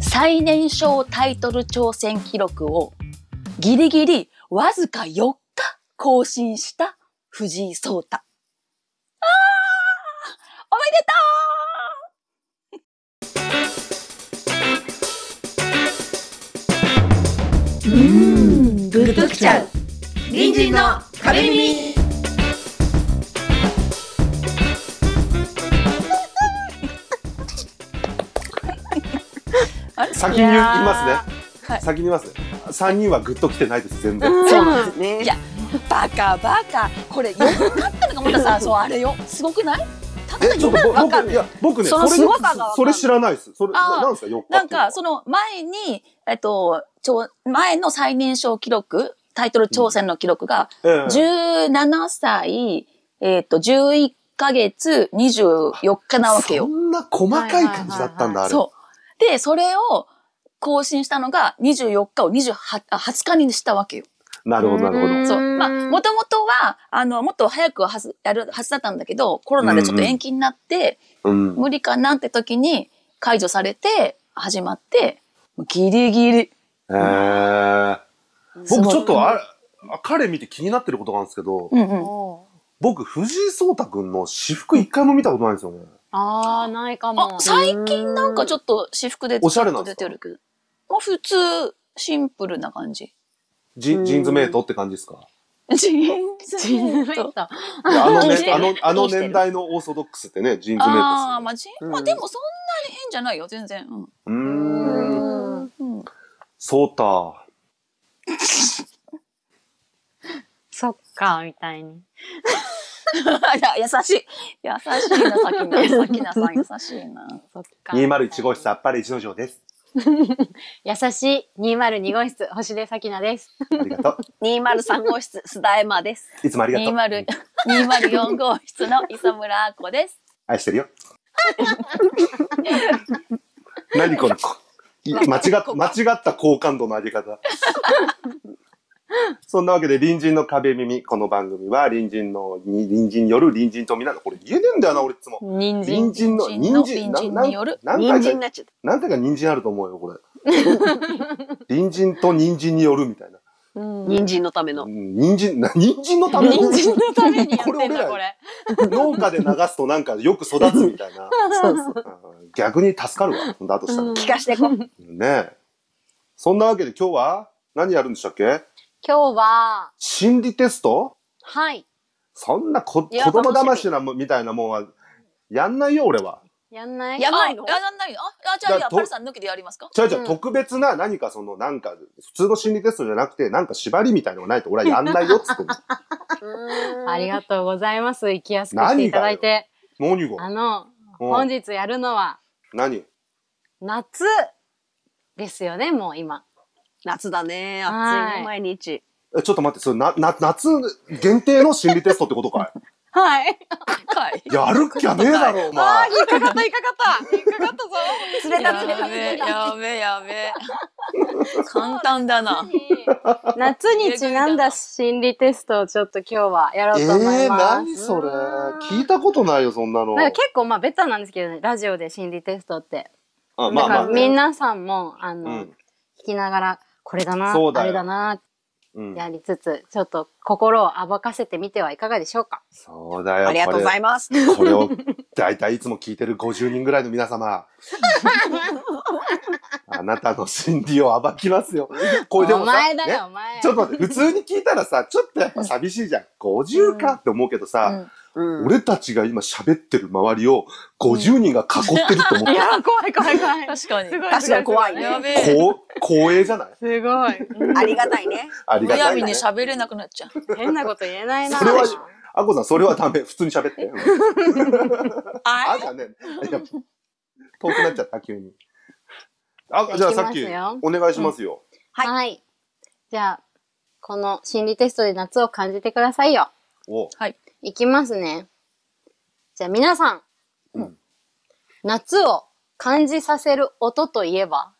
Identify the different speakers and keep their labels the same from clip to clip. Speaker 1: 最年少タイトル挑戦記録をギリギリわずか4日更新した藤井聡太。ああおめでとう
Speaker 2: うーん、グッときちゃう。
Speaker 3: 隣人の壁耳
Speaker 4: 先に言います
Speaker 1: ね。
Speaker 4: ね、
Speaker 1: はい
Speaker 4: 先に言いますね三人はグッときてないです全然、
Speaker 3: そうなんですね
Speaker 1: いやバカバカ。これ4日ってのがまた さ、そうあれよ。すごくないたった
Speaker 4: えちょ
Speaker 1: 4
Speaker 4: っ
Speaker 1: 日
Speaker 4: とぼ
Speaker 1: わかん
Speaker 4: 僕
Speaker 1: ない
Speaker 4: いや僕ね
Speaker 1: そ
Speaker 4: そ
Speaker 1: の
Speaker 4: れ
Speaker 1: 凄さがわかんない
Speaker 4: それ知らないですそれ
Speaker 1: あー
Speaker 4: ななんですか4日って
Speaker 1: なんか、その前に、えっと、ちょ、前の最年少記録、タイトル挑戦の記録が、
Speaker 4: ええ
Speaker 1: 17歳、えっと、11ヶ月24日なわけ
Speaker 4: そ
Speaker 1: よ。
Speaker 4: んな細かい感じだったんだあれ
Speaker 1: そう。で、それを更新したのが24日を28、あ20日にしたわけよ。
Speaker 4: なるほどなるほ
Speaker 1: そう。
Speaker 3: うん
Speaker 1: まあ、もともとは、あの、もっと早くはず、やるはずだったんだけど、コロナでちょっと延期になって、
Speaker 4: どうん
Speaker 1: 無理かなって時に解除されて、始まって、ギリギリ。
Speaker 4: えー
Speaker 1: すご
Speaker 4: 僕
Speaker 1: い
Speaker 4: ちょっとあれあ彼見て気になってることがあるんですけど
Speaker 1: うんうん。
Speaker 4: 僕藤井聡太君の私服一回も見たことないんですよね
Speaker 5: あー、ないかも
Speaker 1: あ、。最近なんかちょっと私服で
Speaker 4: おしゃれなん
Speaker 1: 出
Speaker 4: ですか
Speaker 1: てるけど。まあ普通、シンプルな感じ。
Speaker 4: ジジーンズメイトって感じですか
Speaker 1: ジーンズ
Speaker 5: ジーンズメイ
Speaker 1: と
Speaker 5: ト。あ
Speaker 4: いやあの
Speaker 1: どう
Speaker 4: ね
Speaker 1: してる
Speaker 4: あのあ
Speaker 1: ど
Speaker 4: の
Speaker 1: うしてる
Speaker 4: 年代のオーソドックスってねジーンズメイトです
Speaker 1: あ
Speaker 4: よ
Speaker 1: あ、
Speaker 4: ね
Speaker 1: まあ、ジーン
Speaker 4: うん
Speaker 1: まあでもそんなに変じゃないよ、全然。うん
Speaker 4: うーん
Speaker 5: うん
Speaker 1: うん。
Speaker 4: そうた。
Speaker 5: そっか、みたいに。
Speaker 1: いや優しい。優しいな、さきな。さきなさん、優しいな。
Speaker 5: そっか。
Speaker 4: 201号室、あっぱれ一の城です。
Speaker 5: 優しい202号室、星出咲菜です。
Speaker 4: ありがと
Speaker 1: 203号室、須田エマです。
Speaker 4: う。いつもありがとう。
Speaker 1: 20 204号室の磯村あ子です。
Speaker 4: 愛してるよ。 何この、こい間違っ間違った好感度の上げ方。 そんなわけで、隣人の壁耳。この番組は、隣人の、に隣人による隣人とみんなの、これ言えねえんだよな、俺いつも。
Speaker 5: 人
Speaker 4: 隣
Speaker 5: 参。
Speaker 4: 人の、
Speaker 1: 隣人の
Speaker 4: 隣人、
Speaker 1: 隣人による
Speaker 4: 何
Speaker 3: 人参
Speaker 4: 回か、
Speaker 3: になっちゃっ
Speaker 4: 何回か人参あると思うよ、これ。隣人と人参によるみたいな。
Speaker 3: た人参のための
Speaker 4: うん人参、な人参のために
Speaker 5: 人参のためにやってんだ、これ。
Speaker 4: こ農家で流すとなんかよく育つみたいな。 うん逆に助かるわ。だとしたら。
Speaker 5: うん
Speaker 3: 聞かしてこう
Speaker 4: ねえ。そんなわけで今日は何やるんでしたっけ
Speaker 5: 今日は、
Speaker 4: 心理テスト
Speaker 5: はい。
Speaker 4: そんなこ
Speaker 5: い
Speaker 4: 子
Speaker 5: や
Speaker 4: 供騙
Speaker 5: 楽し
Speaker 4: しなもみたいなもんはやんないよ俺は。
Speaker 5: やんない
Speaker 3: やんないの
Speaker 1: あやらないのあ、あじゃあ、
Speaker 4: だ
Speaker 1: いや、
Speaker 4: と
Speaker 1: パルさん抜きでやりますか
Speaker 4: 違う違う、
Speaker 5: うん
Speaker 4: 特別な何かそのなんか普通の心理テストじゃなくてなんか縛りみたいのがないと俺はやんないよっつってんの
Speaker 5: ありがとうございます。行きやすくしていただいて。
Speaker 4: 何
Speaker 5: あ
Speaker 4: が
Speaker 5: の、
Speaker 4: うん
Speaker 5: 本日やるのは、
Speaker 4: 何
Speaker 5: 夏ですよね、もう今。
Speaker 3: 夏だね
Speaker 5: はい
Speaker 3: 暑いね毎日
Speaker 4: えちょっと待って、それな、な、夏限定の心理テストってことか
Speaker 5: はい。
Speaker 1: はい。
Speaker 4: いやるっきゃねえだろ、お前。
Speaker 5: 引っかかった、引っかかった。引っかかったぞ。
Speaker 3: 釣れた釣れた
Speaker 1: やべえ、やべえ、やべえ。簡単だな。
Speaker 5: 夏にちなんだ心理テストをちょっと今日はやろう
Speaker 4: え
Speaker 5: と思い
Speaker 4: ー、
Speaker 5: ます。
Speaker 4: 何それ聞いたことないよそんなの
Speaker 5: なんか結構まあベタなんですけどね、ラジオで心理テストって。
Speaker 4: あ
Speaker 5: だからみん
Speaker 4: な、
Speaker 5: なさんも、あの、
Speaker 4: うん
Speaker 5: 聞きながら、これだな、
Speaker 4: そうだ
Speaker 5: あ
Speaker 4: よ
Speaker 5: れだな、
Speaker 4: うん、
Speaker 5: やりつつ、ちょっと心を暴かせてみてはいかがでしょうか。
Speaker 4: そうだよ
Speaker 3: ありがとうございます
Speaker 4: これこれを大体いつも聞いてる50人ぐらいの皆様あなたの心理を暴きますよこれで
Speaker 5: お
Speaker 4: もさ
Speaker 5: 前だ
Speaker 4: ね
Speaker 5: よ、お前。
Speaker 4: ちょっと待って普通に聞いたらさちょっとやっぱ寂しいじゃん50かって思うけどさ、
Speaker 3: うん
Speaker 4: 俺たちが今喋ってる周りを50人が囲ってると思っ
Speaker 5: い
Speaker 4: て、
Speaker 5: やー、怖い怖い怖い。
Speaker 1: 確かに。
Speaker 5: すごい
Speaker 3: 確かに怖いね
Speaker 1: やべえ。
Speaker 4: こう光栄じゃない
Speaker 5: すごい。
Speaker 3: ありがたいね
Speaker 4: あり
Speaker 1: む
Speaker 4: が
Speaker 1: や
Speaker 4: たい、
Speaker 1: み
Speaker 4: ね
Speaker 1: に、喋れなくなっちゃう。
Speaker 5: 変なこと言えないな。
Speaker 4: それはあこさんそれはダメ普通に喋って、うん
Speaker 1: あ
Speaker 4: あじゃねえ。いや遠くなっちゃった、急に。あ、じゃあさっき
Speaker 5: いきますよ、
Speaker 4: お願いしますよ。
Speaker 3: はい
Speaker 5: はい。じゃあ、この心理テストで夏を感じてくださいよ。
Speaker 4: お
Speaker 5: いきますね。じゃあ皆さん。
Speaker 4: うん
Speaker 5: 夏を感じさせる音といえば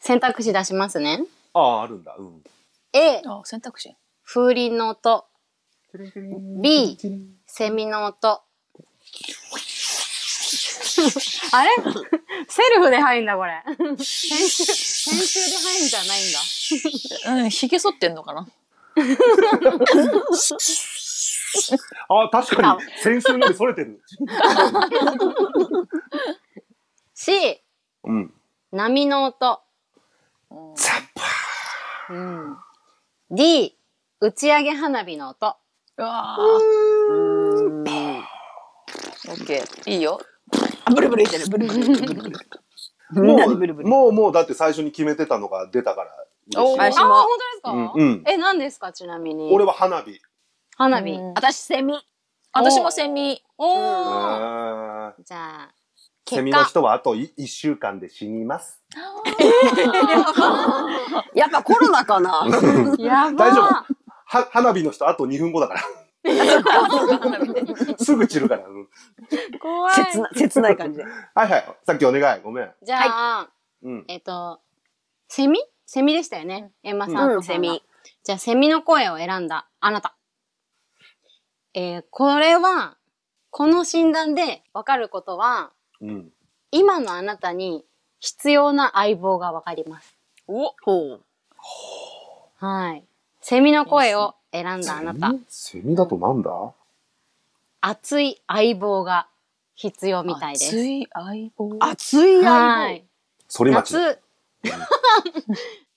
Speaker 5: 選択肢出しますね。
Speaker 4: ああ、あるんだ。うん。
Speaker 5: A、
Speaker 1: あ、選択肢。
Speaker 5: 風鈴の音。B、セミの音。あれセルフで入んだ、これ。編集、編集で入んじゃないんだ。
Speaker 1: うん、ひげ剃ってんのかな
Speaker 4: あ、確かに、先週よりそれてる。
Speaker 5: C、
Speaker 4: うん。
Speaker 5: 波の音。
Speaker 4: ザッパ
Speaker 5: D、打ち上げ花火の音。
Speaker 1: うわーオッケー。いいよ。
Speaker 2: あブルブル言ってる。ブルブル言ってる。ブルブル
Speaker 4: ー。
Speaker 2: みん
Speaker 4: も
Speaker 2: なでブルブ
Speaker 4: う、
Speaker 2: ル。
Speaker 4: もう、もう、だって最初に決めてたのが出たから嬉し
Speaker 1: おー
Speaker 5: あ、
Speaker 4: いわ。
Speaker 3: 私も
Speaker 5: 本当ですか、
Speaker 4: うんうん
Speaker 5: え、何ですかちなみに。
Speaker 4: 俺は花火。
Speaker 5: 花火。
Speaker 1: うん
Speaker 2: 私、セミ。
Speaker 1: 私もセミ。
Speaker 5: おー。
Speaker 4: あー
Speaker 5: じゃあ、
Speaker 4: セ
Speaker 5: 結
Speaker 4: ミの
Speaker 5: 果。
Speaker 4: 人はあとい一週間で死にます。
Speaker 3: やっぱコロナか な
Speaker 5: やばー
Speaker 4: 大丈夫は花火の人あと2分後だから。すぐ散るから。うん
Speaker 5: 怖い。
Speaker 3: 切な切ない感じで。
Speaker 4: はいはい。さっきお願い。ごめん。
Speaker 5: じゃあ、
Speaker 4: うん。
Speaker 5: えっ、と、セミセミでしたよね。エンマさんア
Speaker 3: うん
Speaker 5: ッコさ
Speaker 3: セ
Speaker 5: んが
Speaker 3: ミ。
Speaker 5: じゃあ、セミの声を選んだあなた。えーこれは、この診断でわかることは、
Speaker 4: うん。
Speaker 5: 今のあなたに必要な相棒がわかります。
Speaker 1: お
Speaker 3: ほう。
Speaker 5: はい。セミの声を選んだあなた。
Speaker 4: セミセミだとなんだ
Speaker 5: 熱い相棒が必要みたいです。
Speaker 1: 熱い相棒。
Speaker 2: 熱い
Speaker 5: は
Speaker 2: 愛。
Speaker 5: い。
Speaker 4: 反町。
Speaker 5: 夏、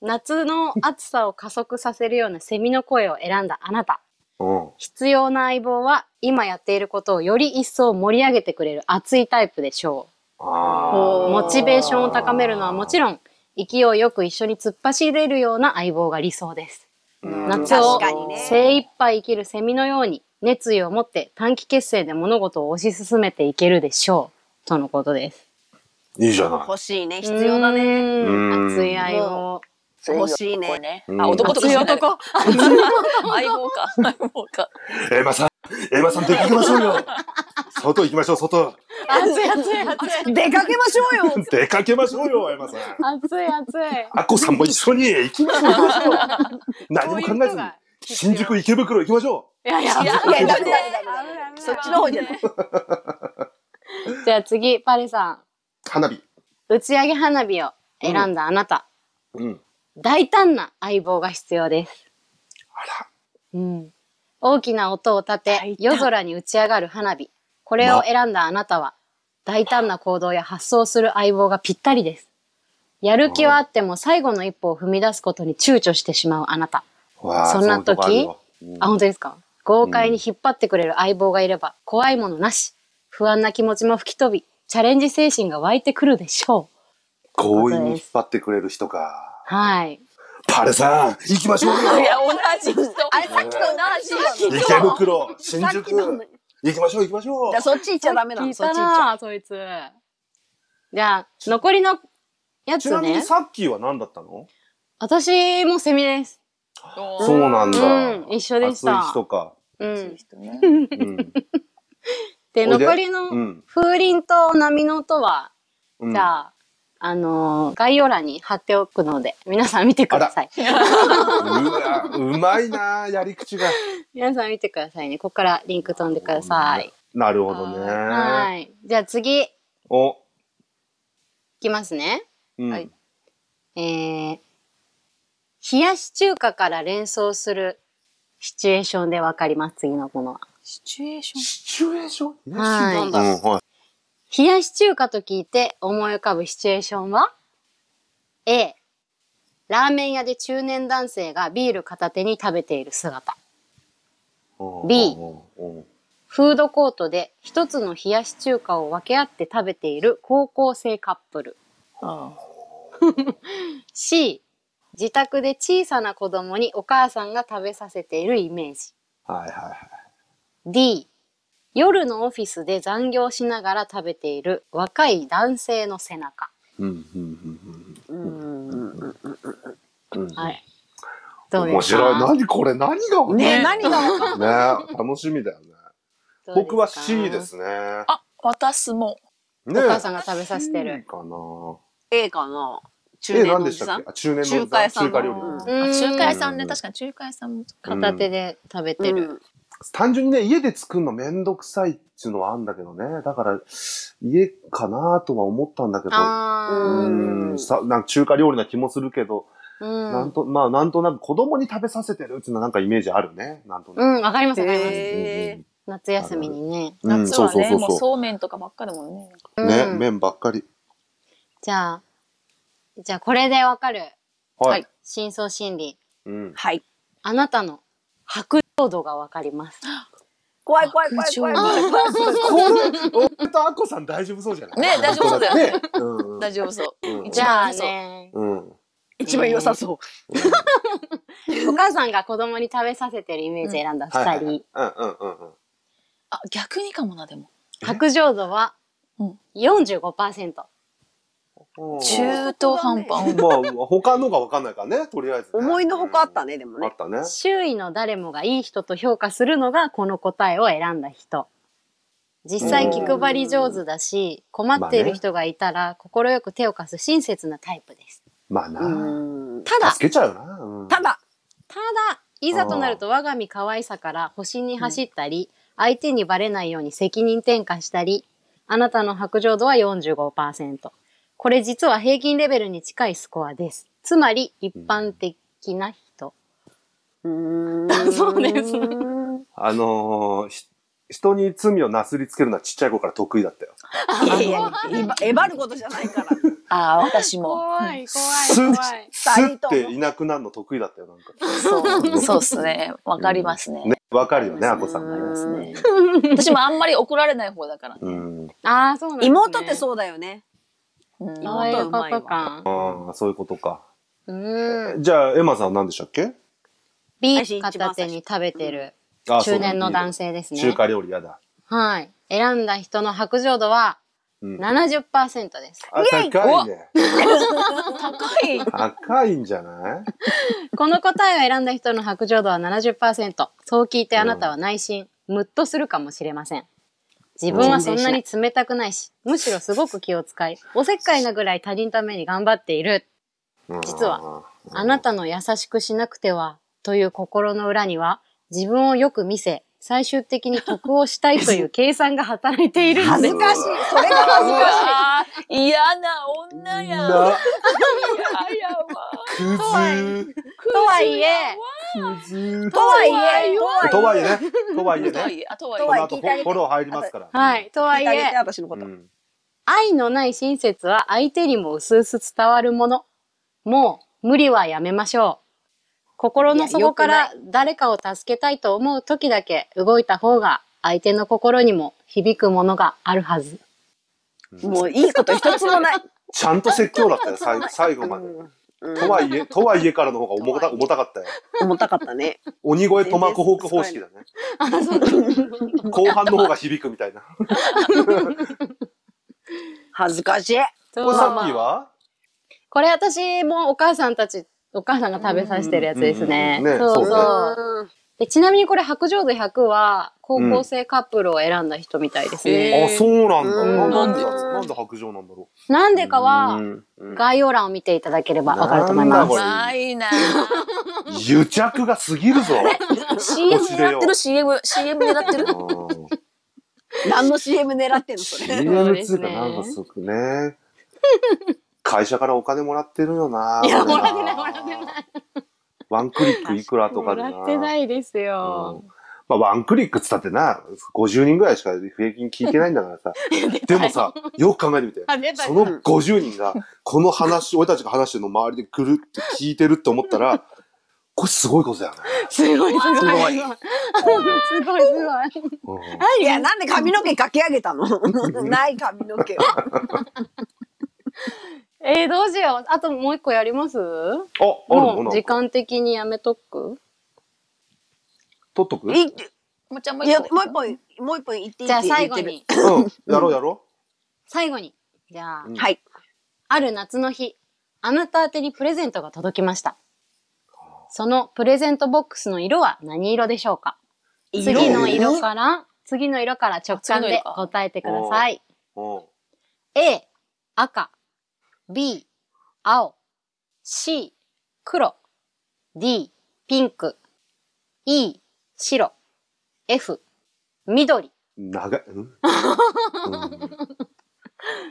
Speaker 5: 夏の暑さを加速させるようなセミの声を選んだあなた。
Speaker 4: うん。
Speaker 5: 必要な相棒は今やっていることをより一層盛り上げてくれる熱いタイプでしょう。
Speaker 4: あ
Speaker 5: モチベーションを高めるのはもちろん、勢いよく一緒に突っ走れるような相棒が理想です。
Speaker 4: あ。うん
Speaker 5: 夏を
Speaker 3: 確かにね。
Speaker 5: 精一杯生きるセミのように熱意を持って短期決戦で物事を推し進めていけるでしょう。とのことです。
Speaker 4: いいじゃない。
Speaker 3: 欲しいね。必要だね。
Speaker 5: うん
Speaker 4: うん
Speaker 5: 熱い相棒。
Speaker 3: 欲しいね。
Speaker 4: うん
Speaker 1: あ、男とか
Speaker 5: 熱い
Speaker 1: じゃない
Speaker 5: 男。
Speaker 1: 相棒か。相棒か。
Speaker 4: エマさん、エマさん出かけましょうよ。外行きましょう、外。
Speaker 5: 熱い熱い熱い。
Speaker 3: 出かけましょうよ。
Speaker 4: 出かけましょうよ、エマさん。
Speaker 5: 熱い熱い。
Speaker 4: アッコさんも一緒に行きましょう、行きましょう。何も考えずに、新宿池袋行きましょ
Speaker 5: いやいや、
Speaker 3: いや、ダメだ。
Speaker 5: 危ない
Speaker 3: そっちの方じゃない。
Speaker 5: じゃあ次、パレさん。
Speaker 4: う。花火。
Speaker 5: 打ち上げ花火を選んだあなた、
Speaker 4: うん。
Speaker 5: 大胆な相棒が必要です、
Speaker 4: あ
Speaker 5: うん、大きな音を立て夜空に打ち上がる花火これを選んだあなたは大胆な行動や発想する相棒がぴったりですやる気はあっても最後の一歩を踏み出すことに躊躇してしまうあなた
Speaker 4: ら。わあ
Speaker 5: そんな
Speaker 4: ういうとこある
Speaker 5: 時
Speaker 4: ようん
Speaker 5: あ本当ですか豪快に引っ張ってくれる相棒がいれば怖いものなし不安な気持ちも吹き飛びチャレンジ精神が湧いてくるでしょう
Speaker 4: 強引に引っ張ってくれる人か。
Speaker 5: はい
Speaker 4: パレさん、行きましょうよ。
Speaker 1: いや、同じ人。
Speaker 3: あれ、さっきと同じ
Speaker 4: 池袋、新
Speaker 3: さっきの
Speaker 4: 宿。行きましょう、行きましょう
Speaker 3: だ。そっち行っちゃダメな
Speaker 5: 聞
Speaker 3: の。
Speaker 5: い
Speaker 3: そったち行っちゃ。
Speaker 5: なそいつ。じゃあ、残りのや
Speaker 4: ち
Speaker 5: つ
Speaker 4: なみに
Speaker 5: ね。
Speaker 4: さっきは何だったの
Speaker 5: 私もセミです。
Speaker 1: おー
Speaker 4: そうなん
Speaker 5: うん
Speaker 4: だ。
Speaker 5: 一緒でした
Speaker 4: 熱い人か。
Speaker 5: う。
Speaker 1: そういうん人ね
Speaker 4: うん。
Speaker 5: で、
Speaker 4: おいで
Speaker 5: 残り
Speaker 4: う
Speaker 5: の
Speaker 4: ん
Speaker 5: 風鈴と波の音は、
Speaker 4: うん。
Speaker 5: じゃあ、あのー概要欄に貼っておくので、皆さん見てください。
Speaker 4: うわ、うまいな、やり口が。
Speaker 5: 皆さん見てくださいね。ここからリンク飛んでください。
Speaker 4: なるほどね。
Speaker 5: はい。じゃあ次、い
Speaker 4: お、
Speaker 5: きますね。
Speaker 4: うん
Speaker 1: はい
Speaker 5: えー、冷やし中華から連想するシチュエーションでわかります、次のものは。
Speaker 1: シチュエーション。
Speaker 4: シチュエーション
Speaker 5: はい
Speaker 4: うんは
Speaker 5: 冷やし中華と聞いて思い浮かぶシチュエーションは ?A、ラーメン屋で中年男性がビール片手に食べている姿。
Speaker 4: い
Speaker 5: B
Speaker 4: うんうん
Speaker 5: フードコートで一つの冷やし中華を分け合って食べている高校生カップル。C、自宅で小さな子供にお母さんが食べさせているイメージ。
Speaker 4: はいはいはい。
Speaker 5: D、夜のオフィスで残業しながら食べている若い男性の背中。
Speaker 4: うんうん
Speaker 3: うん。
Speaker 4: うんうん。
Speaker 5: はい。どうで
Speaker 4: 面
Speaker 5: すか
Speaker 4: 白い。何これ何が面白い
Speaker 3: ね何がわかんない
Speaker 4: ね楽しみだよね。僕は C で。
Speaker 5: どうか
Speaker 4: すね。
Speaker 1: あ、私も。
Speaker 4: ね
Speaker 5: お母さんが食べさせてる。
Speaker 4: かな。
Speaker 3: A かな中
Speaker 4: え、
Speaker 3: 年
Speaker 4: 何
Speaker 3: のお
Speaker 4: で
Speaker 3: じ
Speaker 4: し
Speaker 3: さ
Speaker 4: たっ
Speaker 3: ん
Speaker 4: けあ中年の
Speaker 3: 中華屋さんの
Speaker 4: 中華料理の。
Speaker 5: うん
Speaker 1: あ中華屋さんね、確かに中華屋さんも。
Speaker 5: 片手で食べてる。
Speaker 3: うん
Speaker 4: 単純にね、家で作るのめんどくさいっていうのはあんだけどね。だから、家かなとは思ったんだけど。
Speaker 5: あー
Speaker 4: うーんさなんか中華料理な気もするけど、
Speaker 5: うん
Speaker 4: なんと、まあ、なんとなく子供に食べさせてるっていうのはなんかイメージあるね。なんと
Speaker 5: う
Speaker 4: なく。
Speaker 5: ん、わかりますわかります。
Speaker 3: へ
Speaker 5: 夏休みにね。
Speaker 4: うんうん
Speaker 1: 夏はね、もう
Speaker 4: そ
Speaker 1: そうめんとかばっかだもんね。
Speaker 5: う
Speaker 4: う。ね、
Speaker 5: ん、
Speaker 4: 麺ばっかり。
Speaker 5: じゃあ、じゃあこれでわかる。
Speaker 4: はい。
Speaker 1: はい
Speaker 5: 深層心理。
Speaker 4: うん。
Speaker 3: はい。
Speaker 5: あなたの白状度がわかります。
Speaker 3: 怖い怖い怖い怖い怖い。
Speaker 4: お俺とアッコさん大丈夫そうじゃない
Speaker 1: ね大丈夫そうだよね。
Speaker 4: うん
Speaker 1: 大丈夫そう。
Speaker 4: うん
Speaker 5: じゃあね、
Speaker 4: うん。うん
Speaker 3: 一番良さそう。
Speaker 5: お母さんが子供に食べさせてるイメージ選んだ二
Speaker 4: はいはい
Speaker 5: 人。
Speaker 4: はいうんうんうん。
Speaker 1: あ、逆にかもな、でも。
Speaker 5: 白状度は
Speaker 1: うん
Speaker 5: 45%。
Speaker 4: うん
Speaker 1: 中途半端。
Speaker 4: まあ、他のが分かんないからね、とりあえず、
Speaker 3: 思いのほかあった
Speaker 4: ね。
Speaker 3: ね、でも
Speaker 4: うんあ
Speaker 3: ね
Speaker 4: っ。たね。
Speaker 5: 周囲の誰もがいい人と評価するのがこの答えを選んだ人。実際気配り上手だし、困っている人がいたら快く手を貸す親切なタイプです。
Speaker 4: まあな。
Speaker 3: うん
Speaker 5: ただ、
Speaker 4: 助けちゃうよな。うん
Speaker 3: ただ、
Speaker 5: ただ、いざとなると我が身可愛さから保身に走ったり、相手にバレないように責任転嫁したり、あなたの白状度は45%。これ実は平均レベルに近いスコアです。つまり、一般的な人。
Speaker 3: そうです。
Speaker 4: あのー、ひ人に罪をなすりつけるのはちっちゃい子から得意だったよ。
Speaker 3: いやいや、えばえばることじゃないから。
Speaker 1: ああ、私も。
Speaker 5: い、
Speaker 4: スッ、スッっていなくなるの得意だったよ、なんか。
Speaker 1: そう、そうっすね。わかりますね。
Speaker 4: ね、わかるよね、
Speaker 1: うん
Speaker 4: あこさんも
Speaker 1: わかりま
Speaker 4: ね。
Speaker 1: すね。私もあんまり怒られない方だからね。
Speaker 4: うん。
Speaker 5: ああ、そうなんです、ね。
Speaker 3: 妹ってそうだよ
Speaker 1: うん
Speaker 3: ね。
Speaker 5: そういうことか。
Speaker 4: ああ、そういうことか。
Speaker 5: うん。
Speaker 4: じゃあ、エマさんは何でしたっけ
Speaker 5: B
Speaker 3: 私一番最初
Speaker 5: 片手に食べてる
Speaker 4: あ
Speaker 5: 中年の男
Speaker 4: 性。
Speaker 5: 性です
Speaker 4: 中
Speaker 5: ね。
Speaker 4: 華料理やだ。
Speaker 5: はい。選んだ人の白状度は
Speaker 4: うん。
Speaker 5: 70%です。
Speaker 4: あ、高いね。
Speaker 1: 高い。
Speaker 4: 高いんじゃない
Speaker 5: この答えを選んだ人の白状度は70%。そう聞いてあなたは内心、ムッとするかもしれません。自分はそんなに冷たくないし、むしろすごく気を使い、おせっかいなぐらい他人のために頑張っている。実は。あなたの優しくしなくては、という心の裏には、自分をよく見せ、最終的に得をしたいという計算が働いているのです。
Speaker 4: かしい。
Speaker 3: それが恥ずかしい。
Speaker 1: あー嫌な女や。嫌や
Speaker 4: な、
Speaker 1: わ。
Speaker 4: くずー。
Speaker 5: とはいえ、
Speaker 4: くずー。
Speaker 3: とはいえ、とは
Speaker 4: とはい
Speaker 3: いえ
Speaker 4: えね。とはいえ
Speaker 1: とはい
Speaker 4: ね。
Speaker 1: え、あとは
Speaker 4: この
Speaker 1: いえ。
Speaker 4: 後フォフォロー入りますから。
Speaker 5: はい、とはいえ、
Speaker 3: 私のこ
Speaker 4: う
Speaker 3: と。
Speaker 4: ん。
Speaker 5: 愛のない親切は相手にも薄々伝わるもの。もう無理はやめましょう。心の底から誰かを助けたいと思う時だけ動いた方が相手の心にも響くものがあるはず。
Speaker 3: もういいこと一つもない。
Speaker 4: ちゃんと説教だったよ、最最後まで。とは いえ、とはいえからの方が重かった重たかったよ。
Speaker 3: 重たかったね。
Speaker 4: 鬼越トマコホーク方式だね。後半の方が響くみ たいな。
Speaker 3: 恥ずかしい。
Speaker 4: おさっきは
Speaker 5: これ私もお母さんたち、お母さんが食べさせてるやつですね。
Speaker 4: うんうんうんね
Speaker 5: そう
Speaker 4: そう
Speaker 5: そう
Speaker 4: だ
Speaker 5: で。ちなみにこれ白状度100は高校生カップルを選んだ人みたいですね。
Speaker 1: えー
Speaker 4: あ、そうなんだ。
Speaker 3: うん
Speaker 4: な
Speaker 1: なん
Speaker 4: んで
Speaker 1: で
Speaker 4: だろうなんで白状なんだろう。
Speaker 5: なんでか
Speaker 4: う
Speaker 5: は
Speaker 4: んうん
Speaker 5: 概要欄を見ていただければわかると思います。
Speaker 4: これ
Speaker 1: ないな。
Speaker 4: 癒着が過ぎる ぞ。
Speaker 1: CM
Speaker 4: 落ちれ
Speaker 1: 狙
Speaker 4: よ
Speaker 1: ってる CM、CM 狙ってる。
Speaker 3: 何の CM 狙ってんのそれ。
Speaker 4: CM つうかなんかすごくね。 会社からお金もらってるよな。い
Speaker 5: やもらってないもらってない。
Speaker 4: ワンクリックいくらとかでな。
Speaker 5: もらってないですよ。
Speaker 4: まあ、ワンクリックっつったってな、50人ぐらいしか平均聞いてないんだからさ。でもさ、よく考えてみて。
Speaker 5: あ、出た
Speaker 4: その50人が、この話、俺たちが話してるの周りでぐるって聞いてるって思ったら、これすごいことだよね。
Speaker 5: すごいすごい。すごいすごい すごい。
Speaker 4: うん
Speaker 3: いや、なんで髪の毛かき上げたのない髪の毛を。
Speaker 5: えー、どうしよう。あともう一個やります
Speaker 4: あ、あるも
Speaker 5: も
Speaker 4: の
Speaker 5: う時間的にやめとく
Speaker 4: 取っとくうん。
Speaker 3: い
Speaker 1: もっちゃんも
Speaker 3: い
Speaker 1: 一
Speaker 3: や、
Speaker 1: 個
Speaker 3: もう一本、もう一本言っていい
Speaker 5: じゃあ最後。
Speaker 3: 言って
Speaker 5: に。
Speaker 4: やろうやろ
Speaker 5: 最後に。じゃあ
Speaker 4: う、ん
Speaker 3: るはい。
Speaker 5: ある夏の日、あなた宛てにプレゼントが届きました。そのプレゼントボックスの色は何色でしょうか次の色から、次の色から直感で答えてください。
Speaker 4: う。
Speaker 5: A、赤。B、青。C、黒。D、ピンク。E、白。 F、緑。
Speaker 4: 長い。うんうん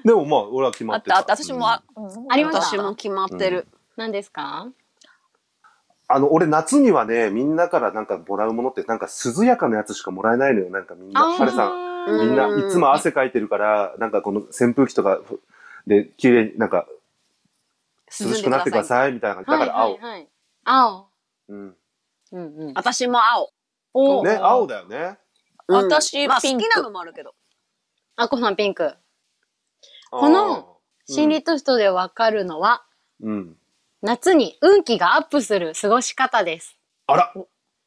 Speaker 4: でもまあ、俺は決ま
Speaker 1: あ
Speaker 4: っ
Speaker 1: って
Speaker 4: た。
Speaker 1: た、あった、私も、あ、うん
Speaker 5: ありました
Speaker 3: 私も決まってる。
Speaker 5: 何ですか
Speaker 4: あの、俺夏にはね、みんなからなんかもらうものって、なんか涼やかなやつしかもらえないのよ。なんかみんな、
Speaker 5: あ
Speaker 4: ハルさん、
Speaker 5: ー
Speaker 3: う
Speaker 4: みんな
Speaker 3: うん
Speaker 4: いつも汗かいてるから、なんかこの扇風機とかふで、綺麗になんか涼しくなってくださいみたいな感じ。だから青。
Speaker 5: はいはいはい青。
Speaker 4: うん
Speaker 5: うんうん。
Speaker 3: 私も青。
Speaker 1: お
Speaker 4: ね、青だよね。
Speaker 3: うん
Speaker 1: 私
Speaker 3: まあ、
Speaker 1: ピン
Speaker 3: 好
Speaker 1: ク
Speaker 3: きなのもあるけど。
Speaker 5: あこさんピンク。
Speaker 4: こ
Speaker 5: の、心理テストでわかるのは、
Speaker 4: うん。
Speaker 5: 夏に運気がアップする過ごし方です。
Speaker 4: あら、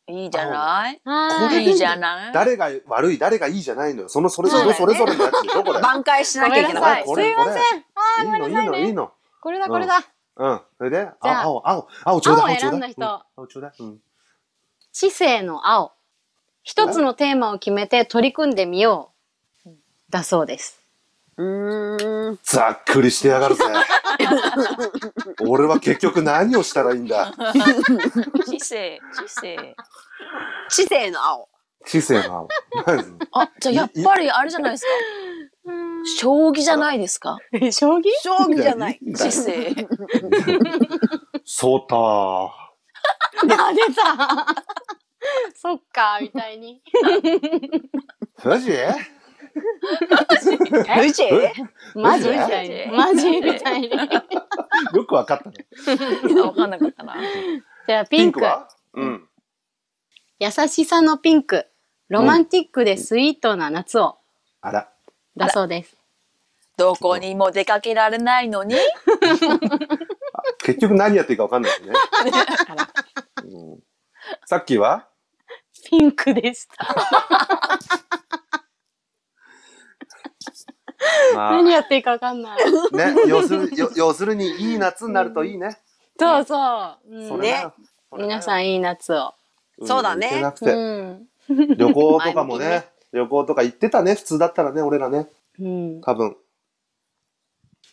Speaker 1: いいじゃない
Speaker 5: は
Speaker 4: こ
Speaker 5: ー
Speaker 4: れ
Speaker 5: い。
Speaker 1: いいじゃない
Speaker 4: 誰が悪い、誰がいいじゃないのよ。そのそれ
Speaker 3: そう
Speaker 4: ぞ
Speaker 3: だよ
Speaker 4: れ
Speaker 3: ね
Speaker 4: それぞれのやつでしょ、これ。
Speaker 3: 挽回しな
Speaker 5: ご
Speaker 3: きゃ
Speaker 5: め
Speaker 3: い
Speaker 5: ん
Speaker 3: け
Speaker 5: な
Speaker 3: な
Speaker 5: さ
Speaker 4: こ
Speaker 3: かっ
Speaker 5: い。
Speaker 4: れ
Speaker 5: すい
Speaker 4: こ
Speaker 5: ま
Speaker 4: れ
Speaker 5: せん。あー、
Speaker 4: い
Speaker 5: ごめん
Speaker 4: いの、い
Speaker 5: なさ
Speaker 4: い
Speaker 5: い
Speaker 4: の、いい
Speaker 5: ね。
Speaker 4: の。
Speaker 5: これだ、これだ。
Speaker 4: うん。それで、あ
Speaker 5: じゃあ
Speaker 4: 青、青、青ちょうだい、
Speaker 5: 青選んだ人
Speaker 4: うん青ちょうだい。うん
Speaker 5: 知性の青。一つのテーマを決めて取り組んでみよう。だそうです。
Speaker 3: うーん。
Speaker 4: ざっくりしてやが るぜ。俺は結局何をしたらいいんだ。
Speaker 1: 知性、知性。
Speaker 3: 知性の青。
Speaker 4: 知性 の青。
Speaker 1: あ、じゃあやっぱりあれじゃないですか。将棋じゃないですか。
Speaker 5: 将棋
Speaker 3: 将棋じゃない。
Speaker 4: いいんだ
Speaker 1: 知
Speaker 4: よ
Speaker 1: 性。
Speaker 4: そうたー。
Speaker 5: あ、出た。 そっか、みたいに。
Speaker 4: マジ
Speaker 3: 無 事
Speaker 4: え
Speaker 5: マジみたいに。マジみた いに。
Speaker 4: よくわかったね。
Speaker 1: あ わかんなかったな。
Speaker 5: じゃあ、ピ
Speaker 4: ピ
Speaker 5: ン
Speaker 4: ンク
Speaker 5: ク。
Speaker 4: はうん。
Speaker 5: 優しさのピンク。ロマンティックでスイートな夏を。
Speaker 4: あら。
Speaker 5: だそうです。
Speaker 1: どこにも出かけられないのに。
Speaker 4: 結局何やっていいかわかんないよ ね。うんさっきは
Speaker 5: ピンクでした。
Speaker 4: まあ、
Speaker 5: 何
Speaker 4: ね、
Speaker 5: やっていいかわかんない。
Speaker 4: 要する、よ要するにいい夏になるといいね。
Speaker 5: そうそう。うん
Speaker 4: それだよ。
Speaker 5: 皆さ
Speaker 4: ん、
Speaker 5: んいい夏を。
Speaker 3: そうだね
Speaker 4: 行けなく
Speaker 5: う
Speaker 4: て。
Speaker 5: ん。
Speaker 4: 旅行とかも
Speaker 3: 前向
Speaker 4: ね、旅行とか行ってたね、普通だったらね、俺らね、
Speaker 5: うん。
Speaker 4: 多分。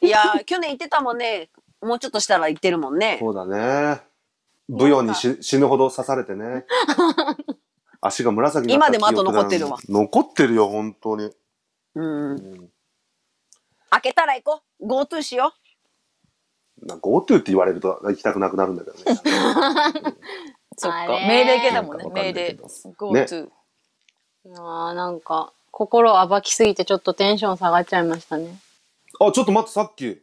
Speaker 3: いやー、去年行ってたもんね。もうちょっとしたら行ってるもんね。
Speaker 4: そうだね。ブヨにし死ぬほど刺されて ね。足が紫になった
Speaker 3: 今でも
Speaker 4: 記
Speaker 3: 後
Speaker 4: 憶なの
Speaker 3: 残ってるわ
Speaker 4: 残ってるよ、本当に。
Speaker 3: うん。開けたら行こう。GoTo しよ
Speaker 4: な GoTo って言われると行きたくなくなるんだけど ね。
Speaker 1: そっ
Speaker 5: あ
Speaker 1: か。
Speaker 5: れー
Speaker 1: 命令系だもんね
Speaker 4: なん。かわか
Speaker 1: 命
Speaker 4: んないけ
Speaker 1: 令
Speaker 4: ど。
Speaker 1: GoTo。
Speaker 5: あーなんか、心暴きすぎてちょっとテンション下がっちゃいましたね。
Speaker 4: あ、ちょっと待って、さっき、
Speaker 5: ん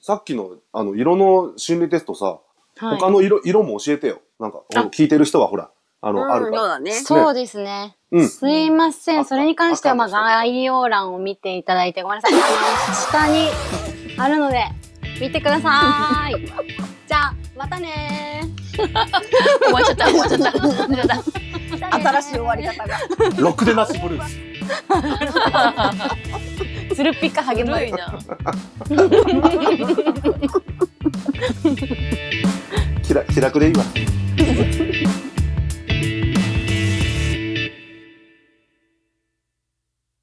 Speaker 4: さっきの、あの、色の心理テストさ、
Speaker 5: はい
Speaker 4: 他。の色、色も教えてよ。なんか、
Speaker 5: あ
Speaker 4: 聞いてる人はほら、あ
Speaker 3: う。
Speaker 4: の、
Speaker 3: うん、
Speaker 4: ある
Speaker 3: そう
Speaker 4: から。
Speaker 3: だね。
Speaker 5: そうですね。
Speaker 4: うん。
Speaker 5: すいませ。
Speaker 4: うんん
Speaker 5: それに関しては、まあ、
Speaker 4: 赤赤
Speaker 5: 概要欄を見ていただいて、ごめんなさい。あの下にあるので、見てください。じゃあ、またね
Speaker 1: 終わっちゃった、終わっちゃった。終わっちゃった
Speaker 5: ー。
Speaker 3: 新しい終わり方が。
Speaker 4: ロックでなしブルース。
Speaker 5: つるっぴか励ま
Speaker 1: 古
Speaker 5: る
Speaker 1: い。な。
Speaker 4: 気楽気楽でいいわ。